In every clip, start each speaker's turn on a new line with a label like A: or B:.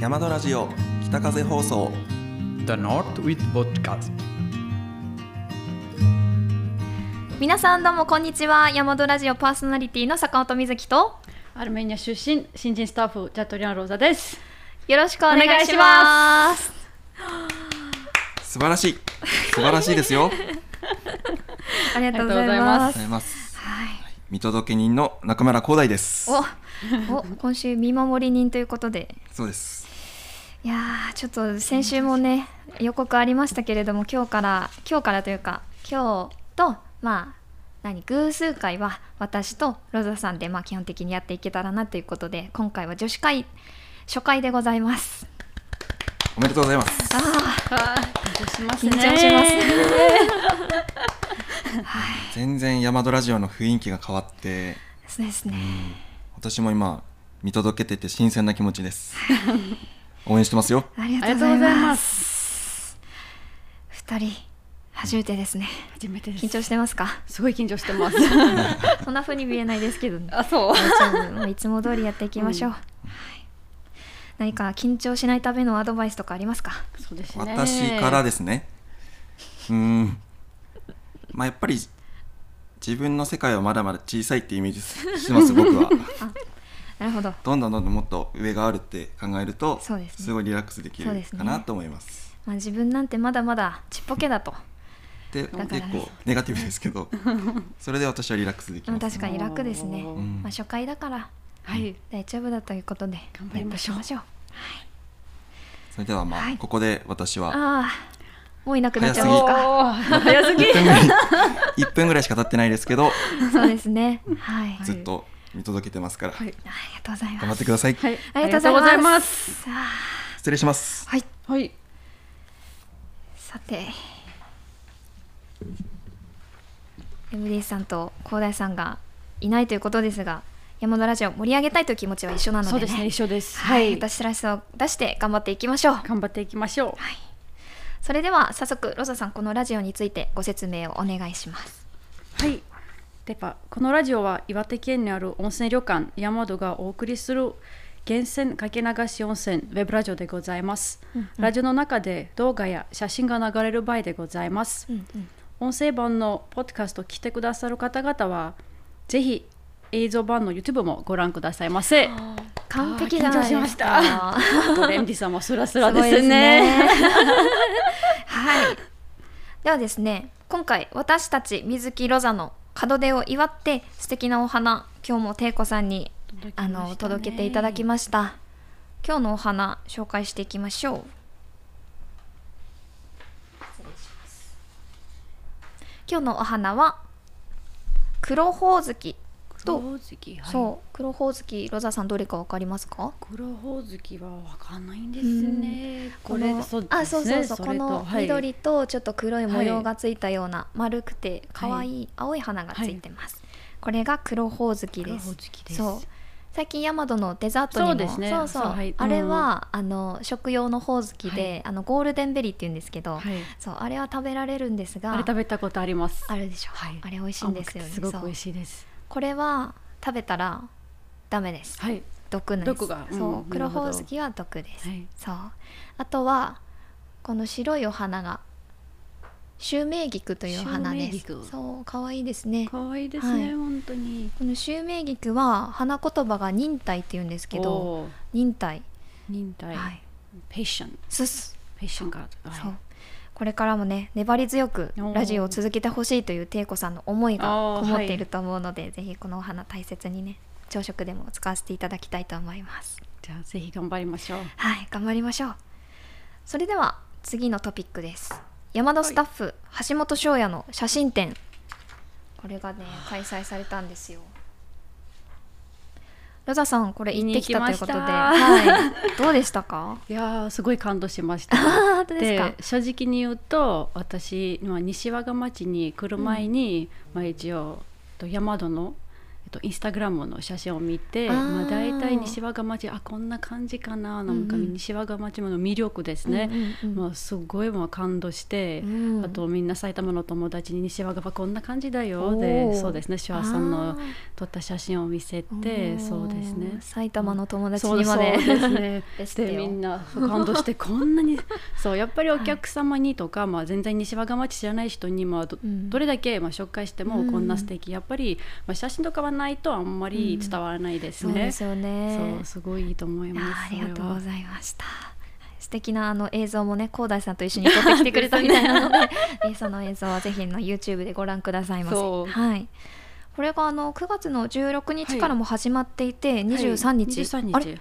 A: 山田ラジオ北風放送
B: The North with Podcast
C: 皆さんどうもこんにちは山戸ラジオパーソナリティの坂本瑞希と
D: アルメニア出身新人スタッフジャトリアンローザです。
C: よろしくお願いします
A: 素晴らしい素晴らしいですよありがとう
C: ありがとう
D: う
C: ご
D: ご
C: ざ
D: ざ
C: い
D: い
C: ま
D: ます
A: ございます見届け人の中村光大です
C: おお今週見守り人ということで
A: そうです
C: いやーちょっと先週もね予告ありましたけれども今日から今日からというか今日とまあ何偶数回は私とロザさんでまあ基本的にやっていけたらなということで今回は女子会初回でございます
A: おめでとうございます
C: あー
D: 緊張します
C: 緊
D: ね。
C: 張しますね
A: 全然山田ラジオの雰囲気が変わって
C: そうですね
A: 私も今見届けてて新鮮な気持ちです応援してますよ
C: あり
D: あ
C: が
D: り
C: と
D: が
C: う
D: とう
C: ご
D: ござ
C: ざ
D: い
C: い
D: ま
C: ます
D: す。
C: 二人初めてですね
D: 初めてです。
C: 緊張してますか
D: すごい緊張してます。
C: そんな風に見えないですけどね
D: あ、そう。
C: 大丈夫もういつも通りやっていきましょう、
D: うん
C: はい、何か緊張しないためのアドバイスとかありますか
D: そうですね。
A: 私から
D: で。
A: ですねうーんまあやっぱり自分の世界はまだまだ小さいってイメージしてます僕は
C: なるほど
A: どんどんどんどんもっと上があるって考えると
C: そうですね
A: ごいリラックスできる
C: そうですね
A: かなと思います
C: まあ自分なんてまだまだちっぽけだと
A: で
C: から
A: 結構ネガティブですけ どそれで私はリラックスでき
C: でも
A: ます、
C: 確かに楽ですね、
D: うん
C: まあ初回だから
D: はい。
C: 大丈夫だということで
D: 頑張りましょう
C: やっていきましょう
A: それではまあ、
C: はい
A: ここで私は
C: ああもういなくなっちゃうん
A: い
C: で
A: い
C: すか
D: おー早すぎ。
A: 1分ぐらい 1分ぐらいしか経ってないですけど
C: そうですねはい
A: ずっと見届けてますから、
D: は
C: あ
D: い。
C: りがとうござい
A: 頑張
C: ま
A: っ
C: す
A: てください、
D: はい。
C: ありがとうございます
D: す。
C: さあ
A: 失礼します
C: はい
D: はい。
C: さて MD さんと広大さんがいないということですが山田ラジオ盛り上げたいという気持ちは一緒なので、
D: そ
C: ね、
D: うですね。一緒です。
C: はい、私らしさを出して頑張っていきましょう
D: 頑張っていきましょう。
C: それでは早速ロザさんこのラジオについてご説明をお願いします
D: はい。ではこのラジオは岩手県にある温泉旅館山戸がお送りする源泉かけ流し温泉ウェブラジオでございます、ラジオの中で動画や写真が流れる場合でございます、音声版のポッドキャストを聞いてくださる方々はぜひ映像版の YouTube もご覧くださいませ
C: 完璧じゃないですか
D: あレンディさんもスラスラです
C: ごい
D: ね
C: はい。ではですね、今回私たち水木ロザの門出を祝って素敵なお花、今日もテイコさんに
D: 届き
C: あ
D: ましたね
C: の届けていただきました。今日のお花紹介していきましょう。今日のお花は黒ほおずきと、
D: 黒ほおずきはい
C: そう黒ほおずきロザさんどれかわかりますか？
D: 黒ほおずきはわかんないんですね、これ
C: の
D: そうですね
C: あそうそうそうこ
D: れ
C: との
D: はい
C: 緑とちょっと黒い模様がついたような丸くて可愛い青い花がついてます、これが黒ほおずきです
D: 黒ほおずきです
C: そう最近ヤマドのデザートにも
D: そうですね
C: そうそう
D: そうはい
C: あれはあの食用のほおずきで、あのゴールデンベリーって言うんですけど、
D: はい
C: そうあれは食べられるんですが
D: あれ食べたことあります
C: あるでしょ、
D: はい
C: あれ美味しいんですよ
D: 甘
C: ね
D: くてすごく美味
C: そう
D: しいです
C: これは食べたらダメです
D: はい
C: 毒なんです
D: 毒がうん
C: そう
D: な
C: 黒
D: るほ
C: ほ
D: ど
C: おずきは毒です、
D: はい
C: そうあとはこの白いお花がシュウメイギクというお花で
D: シュウメイギ
C: す
D: ク
C: そう可愛いですねこ
D: 可愛いですね、
C: はい
D: 本当に
C: のシュウメイギクは花言葉が忍耐って言うんですけど
D: おー
C: 忍耐
D: 忍耐、
C: はい
D: ペッション
C: すす、
D: ペッションがはい
C: そうこれからもね粘り強く
D: おー
C: ラジオを続けてほしいというテイコさんの思いが
D: あー
C: こもっていると思うので、ぜひこのお花大切にね朝食でも使わせていただきたいと思います
D: じゃあぜひ頑張りましょう
C: はい、頑張りましょう。それでは次のトピックです。山田スタッフ、橋本翔也の写真展。これがね、開催されたんですよ。ロザさん、これ行ってきたということで、
D: 見に行きました
C: はい、どうでしたか？
D: いやーすごい感動しました
C: あ本当ですか
D: で正直に言うと私、まあ、西和賀町に来る前に、まあ、一応と山戸のとインスタグラムの写真を見て
C: あー
D: まあ、大体西和賀町あこんな感じかななんか
C: うんうん
D: 西和賀町の魅力ですね、
C: うんうんうん
D: まあ、すごいまあ感動して、
C: うん
D: あとみんな埼玉の友達に西和賀はこんな感じだよで
C: おー
D: そうですね手話さん
C: あ
D: の
C: ー
D: 撮った写真を見せてそうですね
C: おー埼玉の友達にまで
D: そうそうで
C: ですすよ
D: ねでみん なそう感動してこんなにそうやっぱりお客様にとか、まあ、全然西和賀町知らない人に、まあど
C: うん
D: どれだけまあ紹介しても
C: うん
D: こんな素敵、やっぱり、まあ、写真とかはないとあんまり伝わらないです
C: そう
D: ね。
C: ですよね
D: そうすごいいいと思い
C: いや
D: ま
C: ああ
D: す。
C: りがとうご
D: それは
C: ざいました素敵なあの映像もね広大さんと一緒に撮ってきてくれたみたいな のでえその映像はぜひあの YouTube でご覧くださいませ
D: そう
C: はいこれがあの9月の16日からも始まっていて、
D: は
C: 23
D: い
C: 日,、
D: 23日
C: あれ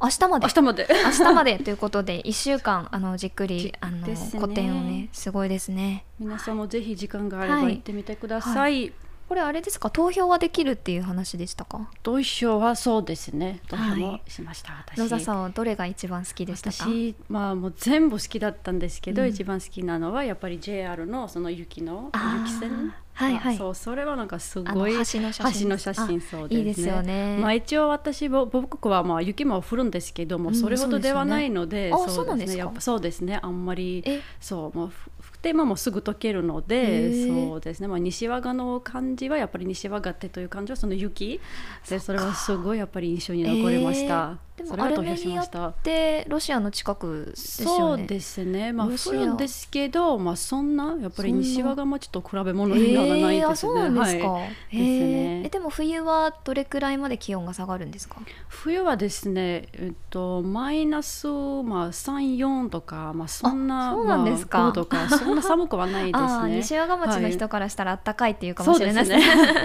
C: 明日まで
D: 明日まで
C: 明日までということで1週間あのじっくり
D: じ
C: あの、
D: ですね
C: 個展をねすごいですね
D: 皆さんもぜひ時間があれば
C: はい
D: 行ってみてください。
C: はこれあれですか投票はできるっていう話でしたか
D: どうしようはそうですね。どうしよう
C: は
D: も
C: い
D: しました、私。
C: ロザさんはどれが一番好きでしたか
D: 私まあもう全部好きだったんですけど、
C: うん
D: 一番好きなのはやっぱり JR のその雪の
C: あー
D: 雪線
C: はいはい
D: あそうそれはなんかす
C: あ
D: ご
C: の
D: い
C: 橋の写真
D: 橋の写真
C: あ
D: そうですね
C: いいですよね
D: まあ一応私も僕はまあ雪も降るんですけども、
C: うん
D: それほどではないので、
C: そうですよねあそうなんですか
D: やっぱそうですねあんまり
C: え
D: そうまあふ不定間もすぐ解けるの
C: へ
D: で
C: ー
D: そうですねまあ西和賀の漢字はやっぱり西和賀ってという漢字はその雪でそれはすごいやっぱり印象に残りました、
C: えー
D: そ
C: でもア
D: れは
C: ル
D: 投
C: メ
D: 票し
C: ニア
D: ま
C: っ
D: した。
C: てロシアの近くです
D: そ
C: よね。
D: うですね、まあ、
C: ロシア
D: 降るんですけど、まあ、そんな、やっぱり
C: そんな
D: 西和賀町と比べ
C: え
D: 物にならない
C: ー、
D: で
C: あ
D: す
C: そ
D: ね。
C: うなんですか。
D: はい、
C: え
D: です
C: ー
D: ね
C: えでも冬はどれくらいまで気温が下がるんですか。
D: 冬はですね、えっと、マイナス、まあ、3、4とか、まあ、そんな、
C: あそうなんですか
D: まあ、5とか、そんな寒くはないで
C: ああ
D: すね。
C: 西和賀町の人からしたら暖かいっていうかもしれない
D: そうですねだか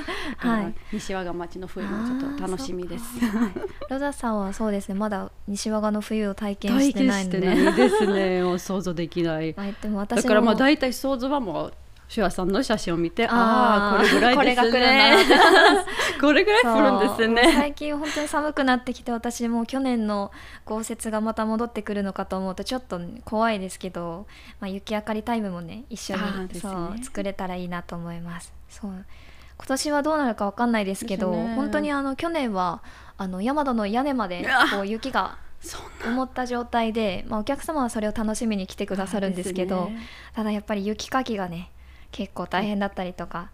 D: ら
C: はい。
D: 西和賀町の冬もちょっと楽しみです。
C: あーそうかはいロザさんはそうですねまだ西和賀の冬を体験し
D: 体
C: て
D: 験
C: ない
D: し
C: の
D: て
C: で。
D: ない ですね、もう想像できない。
C: まあでも私
D: だ
C: も
D: から、まあ、大体想像はもう、シュアさんの写真を見て、あ
C: あ
D: あー、これぐらいですね。
C: これが来るな
D: これぐらい降るんです
C: そうもう
D: ね。
C: 最近本当に寒くなってきて私もう去年の豪雪がまた戻ってくるのかと思うとちょっと怖いですけど、まあ、雪明かりタイムもね一緒に
D: あーですね
C: そう作れたらいいなと思います。そう今年はどうなるかわかんないですけど
D: ですね
C: 本当にあの去年はあの山田の屋根までこう雪が
D: そん
C: 埋もった状態で、まあ、お客様はそれを楽しみに来てくださるんですけど
D: ですね
C: ただやっぱり雪かきがね結構大変だったりとか、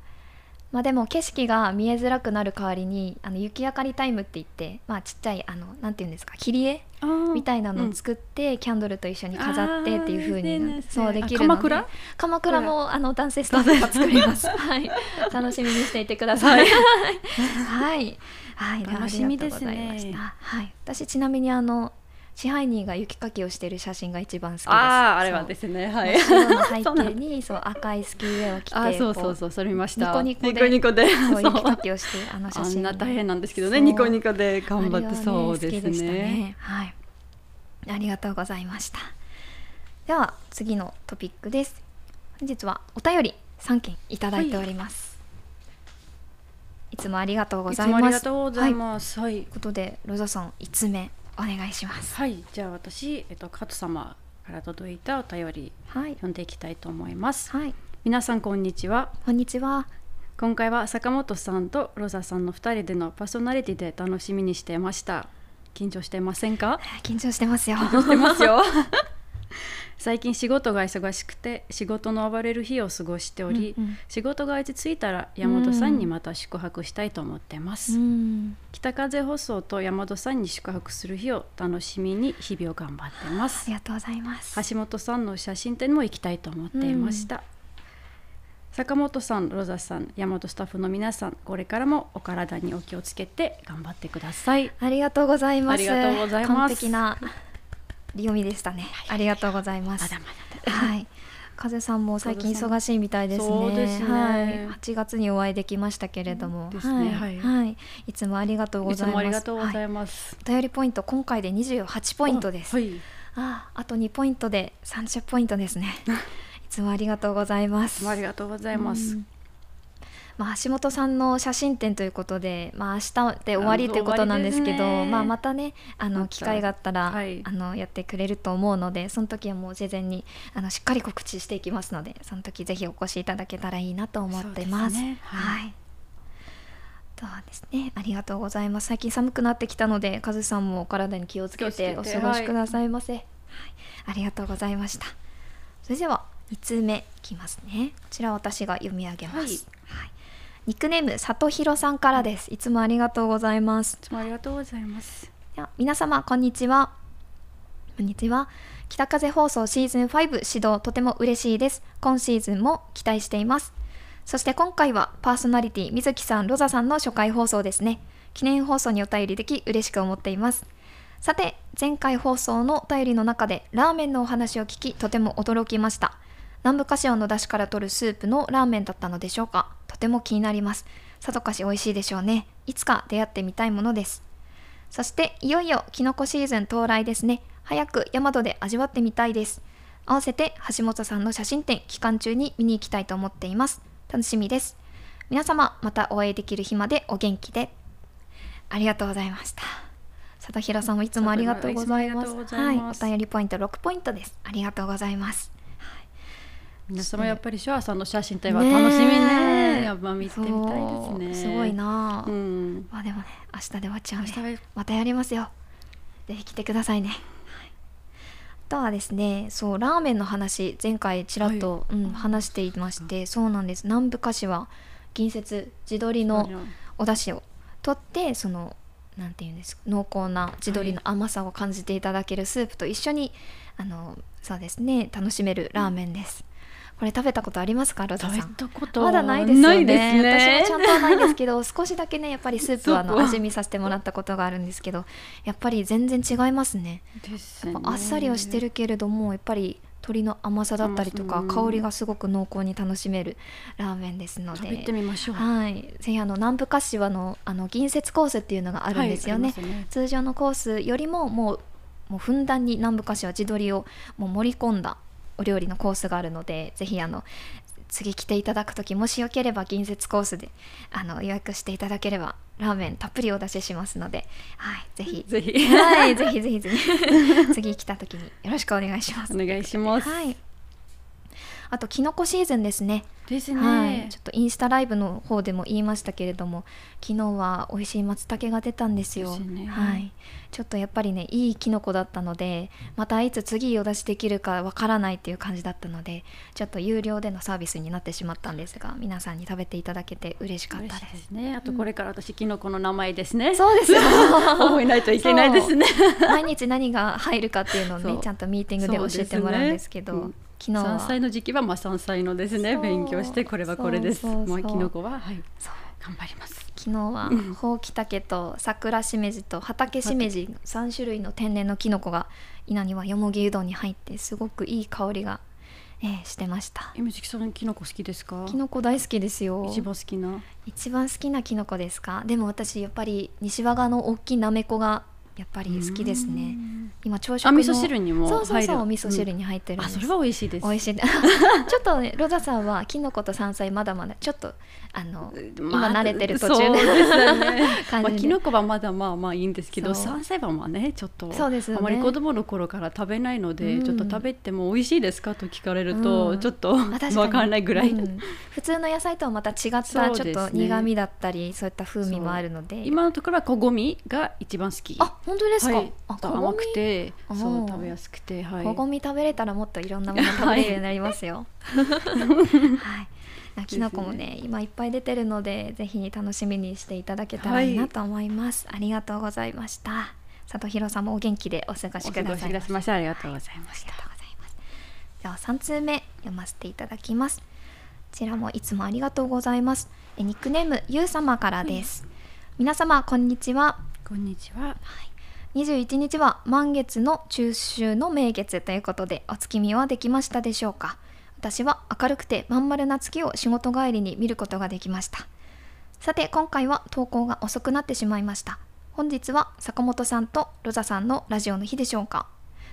C: まあ、でも景色が見えづらくなる代わりにあの雪明かりタイムって言って、まあ、ちっちゃいあのなんていうんですか切り絵みたいなのを作って、キャンドルと一緒に飾ってっていう風に
D: あーいいですね
C: そうできるので
D: あ鎌倉
C: 鎌倉もあの男性スタッフが作り ますはい楽しみにしていてくださいはいはいでは
D: 楽しみですね
C: ありがとうございましたはい私ちなみにあの支配人が雪かきをしている写真が一番好きです
D: ああ、あれは
C: そう
D: ですね。はい。
C: 白の背
D: そうな
C: 景
D: ん
C: にそう赤いスキーウェアを着て
D: あーそう
C: こ
D: そうそう、それ見ました。
C: ニコニコで
D: ニコで。
C: そう
D: そう
C: 雪かきをしてあの写
D: あ
C: 真
D: んな大変なんですけどね、
C: そう
D: ニコニコで頑張
C: あ
D: っ
C: れ
D: て
C: は
D: そうで
C: 好き
D: す
C: した
D: ね。
C: はいありがとうございましたでは次のトピックです本日はお便り3件いただいております、い、つもありがとうご
D: い
C: ざ
D: つ
C: い
D: もあり
C: ま
D: が
C: す
D: とうござい
C: はい、
D: ます。はい
C: という。ことでロザさん5つ目お願いします
D: はい、じゃあ私、えっと、加藤様から届いたお便り、
C: はい
D: 読んでいきたいと思います。
C: はい
D: 皆さん、こんにちは。
C: こんにちは
D: 今回は坂本さんとロザさんの2人でのパーソナリティで楽しみにしていました緊張していませんか
C: 緊張して ますよ
D: してま すよ最近仕事が忙しくて仕事の暴れる日を過ごしており、
C: うんうん
D: 仕事が落ち着いたら山本さんにまた宿泊したいと思ってま
C: う
D: す、
C: ん
D: 北風放送と山本さんに宿泊する日を楽しみに日々を頑張ってま
C: あ
D: す
C: りがとうございます
D: 橋本さんの写真展も行きたいと思っていました、坂本さんロザさん大和スタッフの皆さんこれからもお体にお気をつけて頑張ってください
C: ありがとうございます。
D: ありがとうござい
C: 完
D: ます
C: 璧な読みでしたね。ありがとうございます。はい。風さんも最近忙しいみたいですね。
D: そうですね
C: はい。8月にお会いできましたけれども、
D: ですね
C: はい、
D: は
C: はいいつもありがとうご
D: いつ
C: ざいます。
D: もありがとうござ
C: はい
D: います、
C: お便りポイント今回で28ポイントです。
D: はい
C: ああ、あと2ポイントで30ポイントです ね。いつもありがとうございます。
D: どうもありがとうございます、
C: うんまあ、橋本さんの写真展ということで、まあ明日で終わりということなんですけど
D: 終わりですね
C: まあ、またねあの
D: また
C: 機会があったら、
D: はい
C: あのやってくれると思うのでその時はもう事前にあのしっかり告知していきますのでその時ぜひお越しいただけたらいいなと思ってます。
D: そうですね
C: は、
D: はい
C: そうですね。ありがとうございます。最近寒くなってきたので、カズさんもお体に気をつけて
D: 気
C: お
D: をつけて
C: 過ごしくださいませ。はい、ありがとうございました。それでは2通目いきますね。こちら私が読み上げます。は
D: はいい。
C: ニックネームさとひろさんからです。いつもありがとうございます。
D: つもありがとうございます。
C: では皆様こんにちはこんにちは北風放送シーズン5始動とても嬉しいです今シーズンも期待していますそして今回はパーソナリティ水木さんロザさんの初回放送ですね記念放送にお便りでき嬉しく思っていますさて前回放送のお便りの中でラーメンのお話を聞きとても驚きました南部カシオの出汁から取るスープのラーメンだったのでしょうかとても気になりますさぞかし美味しいでしょうねいつか出会ってみたいものですそしていよいよキノコシーズン到来ですね。早くヤマドで味わってみたいです。合わせて橋本さんの写真展期間中に見に行きたいと思っています。楽しみです。皆様またお会いできる日までお元気で。ありがとうございました。佐藤弘さんもいつもありがとうございま
D: いつもありがとうご
C: す。
D: ざ
C: はいい、
D: ま
C: お
D: す
C: 便りポイント6ポイントです。ありがとうございます。
D: 皆様やっぱりショアさんの写真展は楽しみね。やっぱ見てみたいですね。
C: そうすごい。なあ。
D: うん。
C: まあでもね明日で終わっちゃう
D: 明日
C: ね
D: は
C: またやりますよぜひ来てくださいね、はい、あとはですねそうラーメンの話前回ちらっと、うん、話していましてそうなんです南部菓子は近接地鶏のお出汁を取ってそのなんていうんですか濃厚な地鶏の甘さを感じていただけるスープと一緒に、あのそうですね楽しめるラーメンです、これ食べたことありますかロザ
D: 食
C: さ
D: べ
C: ん
D: たこと
C: まだないですよね
D: ないですね
C: 私もちゃんとはないですけど 少しだけねやっぱりスープはあ
D: スー
C: の
D: プは
C: 味見させてもらったことがあるんですけどやっぱり全然違いますね
D: です
C: やっ
D: ね
C: ぱあっさりはしてるけれどもやっぱり鶏の甘さだったりとか
D: 甘さうん
C: 香りがすごく濃厚に楽しめるラーメンですの
D: 食べ
C: で
D: てみましょう
C: はいぜひあの南部柏のあの銀節コースっていうのがあるんですよね,、
D: はいありますね
C: 通常のコースよりももうもうふんだんに南部柏地鶏をもう盛り込んだお料理のコースがあるのでぜひあの次来ていただく時もしよければ銀節コースであの予約していただければラーメンたっぷりお出ししますので、はい、ぜひ
D: ぜひ
C: はい、ぜひぜひぜひ 次来た時によろしくお願いします。
D: お願いします
C: はい。あとキノコシーズンですね。
D: です
C: はい、
D: ね
C: ちょっとインスタライブの方でも言いましたけれども昨日は美味しい松茸が出たんですよ
D: ですね
C: はい、ちょっとやっぱりねいいキノコだったのでまたいつ次お出しできるかわからないっていう感じだったのでちょっと有料でのサービスになってしまったんですが皆さんに食べていただけて嬉しかった
D: 嬉
C: で
D: し
C: す
D: いですねあとこれから私キノコの名前ですね
C: そう ですよ
D: 覚えないといけないですね
C: そう毎日何が入るかっていうのを
D: そ
C: ね
D: う
C: ちゃんとミーティングで教えてもらうんですけど
D: そうですね
C: 昨日
D: 山
C: は
D: 菜の時期はまあ山菜のですね
C: そう
D: 勉強してこれはこれです
C: そうそう
D: ま
C: そう
D: あキノコははい
C: そう
D: 頑張ります
C: 昨日はほうきたけと桜しめじと畑しめじ3種類の天然のきのこが稲にはよもぎうどんに入ってすごくいい香りが、えーしてました
D: えみずきさんキノコ好きですか
C: きのこ大好きですよ
D: 一番好きな
C: 一番好きなきのこですかでも私やっぱり西和賀の大きいなめこがやっぱり好きですね今朝食の
D: あ味噌汁にも
C: そうそうそう
D: 入る
C: お味噌汁に入ってるん
D: あ
C: です、
D: それは美味しいです
C: 美味しい ちょっとねロザさんはきのこと山菜まだまだちょっとあの今
D: まあ
C: 慣れてる途中
D: そうですよ ね
C: 感
D: まあ、
C: じ
D: キ
C: で
D: ノコはまだまあまあいいんですけど
C: そう
D: 山菜はまあねちょっと
C: そうですよね
D: あまり子供の頃から食べないので、
C: うん
D: ちょっと食べても美味しいですかと聞かれると、
C: うん
D: ちょっと
C: まあ
D: 分
C: 確に
D: からないぐらい、
C: うん普通の野菜とはまた違ったちょ
D: そ
C: っ
D: うですね
C: と苦味だったりそういった風味もあるので
D: 今のところは小ごみが一番好き
C: あ本当ですか、
D: はい、
C: あこごみ
D: 甘くて
C: あー
D: そう食べやすくてはい
C: こごみ食べれたらもっといろんなもの食べれるようになりますよはいきのこもね今いっぱい出てるのでぜひ楽しみにしていただけたらいいなと思います、ありがとうございました佐藤弘さんもお元気でお過ごし
D: お
C: く
D: 過
C: だ
D: ご
C: さい
D: しくださいましてありがとうござい
C: ありがとうござい
D: ました、
C: ます。では三通目読ませていただきます。こちらもいつもありがとうございます。えニックネームゆう様からです。皆様こんにちは。
D: こんにちは
C: 21日は満月の中秋の名月ということでお月見はできましたでしょうか私は明るくてまん丸な月を仕事帰りに見ることができましたさて今回は投稿が遅くなってしまいました本日は坂本さんとロザさんのラジオの日でしょうか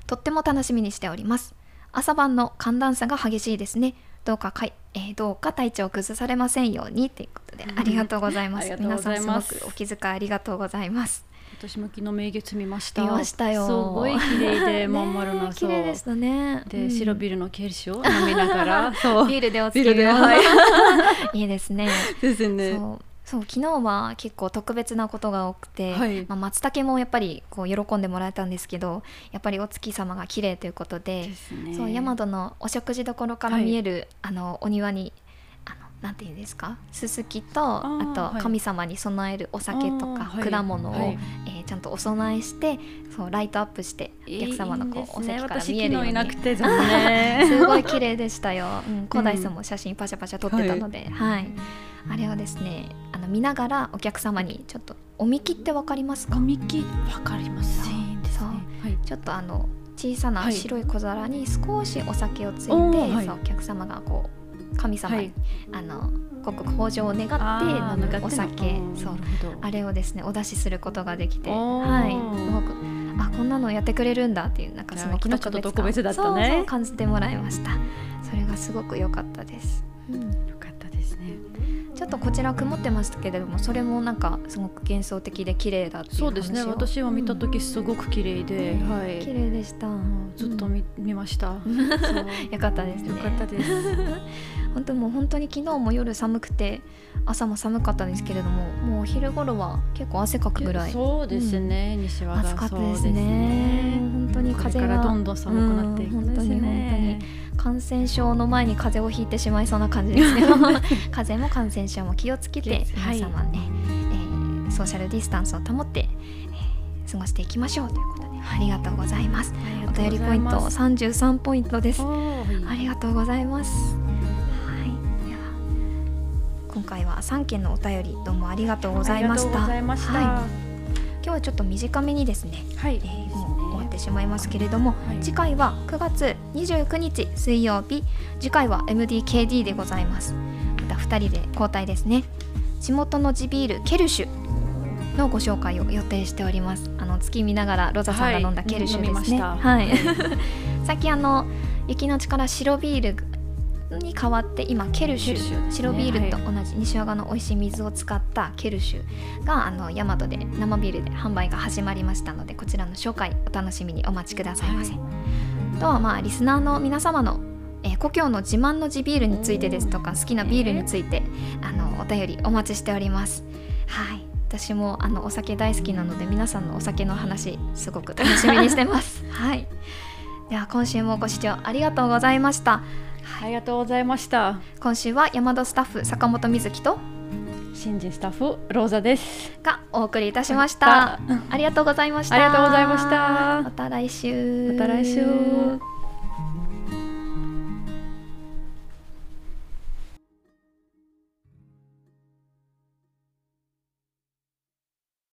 C: とっても楽しみにしております朝晩の寒暖差が激しいですねどうかかい、えーどうか体調を崩されませんようにということでありがとうございます
D: あり
C: 皆
D: がとうご
C: さ
D: ざい
C: んす
D: ま
C: ご
D: す
C: くお気遣いありがとうございます
D: 私も昨日名月見ました
C: 見ましたよ
D: すごい綺麗でまん丸
C: ね
D: な
C: え綺麗でしたね
D: で、白ビ
C: ー
D: ールのケーシを 飲みながらそう
C: ビールでお
D: ビ
C: 付
D: ール
C: き
D: で
C: 合い
D: はい
C: いいですね
D: です
C: そ
D: ね
C: うそう昨日は結構特別なことが多くて、
D: はい
C: まあ、松茸もやっぱりこう喜んでもらえたんですけどやっぱりお月様が綺麗ということで
D: ですね
C: そう大和のお食事処から見える、あのお庭にあのなんていうんですかすすきとあ
D: ーは
C: と
D: い
C: 神様に供えるお酒とか、
D: あーはい
C: 果物を、
D: はい
C: えーちゃんとお供えしてそうライトアップしてお客様のこう、お席から見えるよう
D: いいんですね私昨日い
C: に
D: なくて残 念
C: すごい綺麗でしたよ。う ん、古代さんも写真パシャパシャ撮ってたので、はい、あれをですね、あの見ながらお客様にちょっとおみきってわかりますか？
D: 神木わかりませんですね
C: そう
D: はい
C: ちょっとあの小さな
D: はい
C: 白い小皿に少しお酒をついて、
D: おーはい
C: そうお客様がこう神様に、
D: はい
C: あの国豊穣を願
D: あ
C: って
D: ー
C: 飲むお酒、
D: 向かっての
C: そう
D: なるほど
C: あれをですねお出しすることができて、
D: おー
C: はい、すごくあこんなのやってくれるんだっていうなんかすごく
D: いや
C: 特別感
D: 昨日ちょっと特別だったね
C: そうそう感じてもらいました。それがすごく良かったです。うん
D: よかったですね
C: ちょっとこちら曇ってましたけれども、それもなんかすごく幻想的で綺麗だっていう話を。
D: そうですね私は見た時すごく綺麗で、
C: うん
D: はい
C: 綺麗でした。
D: ずっと見,、見ました。そう
C: 良かったですね。
D: よかったです。
C: 本当もう本当に昨日も夜寒くて朝も寒かったんですけれどももうお昼頃は結構汗かくぐらい
D: そうですね、西和
C: 暑
D: が
C: かった
D: そ
C: で
D: う
C: すね本当に
D: これ
C: 風
D: か
C: が
D: らどんどん寒くなっていく
C: うんん
D: です
C: 本
D: ね。
C: 当に感染症の前に風邪をひいてしまいそうな感じです けど風邪も感染症も気をつけ
D: 気を
C: て
D: つけて
C: 皆様ね、えーソーシャルディスタンスを保って、えー過ごしていきましょうということでありがとうございますお便りポイント
D: ありがとうございます
C: 33ポイントです
D: お
C: あ
D: ー
C: りがとうございます。はい、では今回は3件のお便りどうもありがとうございました。
D: ありがとうございました。
C: は、
D: はい
C: 今日はちょっと短めにですね、
D: い、
C: えーもう終わってしまいますけれども、
D: はい
C: 次回は9月29日水曜日、次回は MDKD でございます。また2人で交代ですね。地元の地ビールケルシュ。のご紹介を予定しております。あの月見ながらロザさんが飲んだ
D: はい
C: ケルシュです
D: 飲み
C: ね。
D: ました
C: はい。 さっきあの雪の力白ビールに変わって今ケルシュ
D: ケルシュですね
C: 白ビールと同じ西和賀の美味しい水を使ったケルシュがあのヤマトで生ビールで販売が始まりましたのでこちらの紹介お楽しみにお待ちくださいませ、
D: は
C: あとはまあリスナーの皆様のえー故郷の自慢の地ビールについてですとか好きなビールについてあのお便りお待ちしておりますはい私もあのお酒大好きなので皆さんのお酒の話すごく楽しみにしてますはいでは今週もご視聴ありがとうございました
D: ありがとうございました。
C: 今週は山田スタッフ坂本瑞希と
D: 新人スタッフローザです。
C: がお送りいたしました
D: また
C: ありがとうございました
D: ありがとうございました
C: また来週
D: また来週。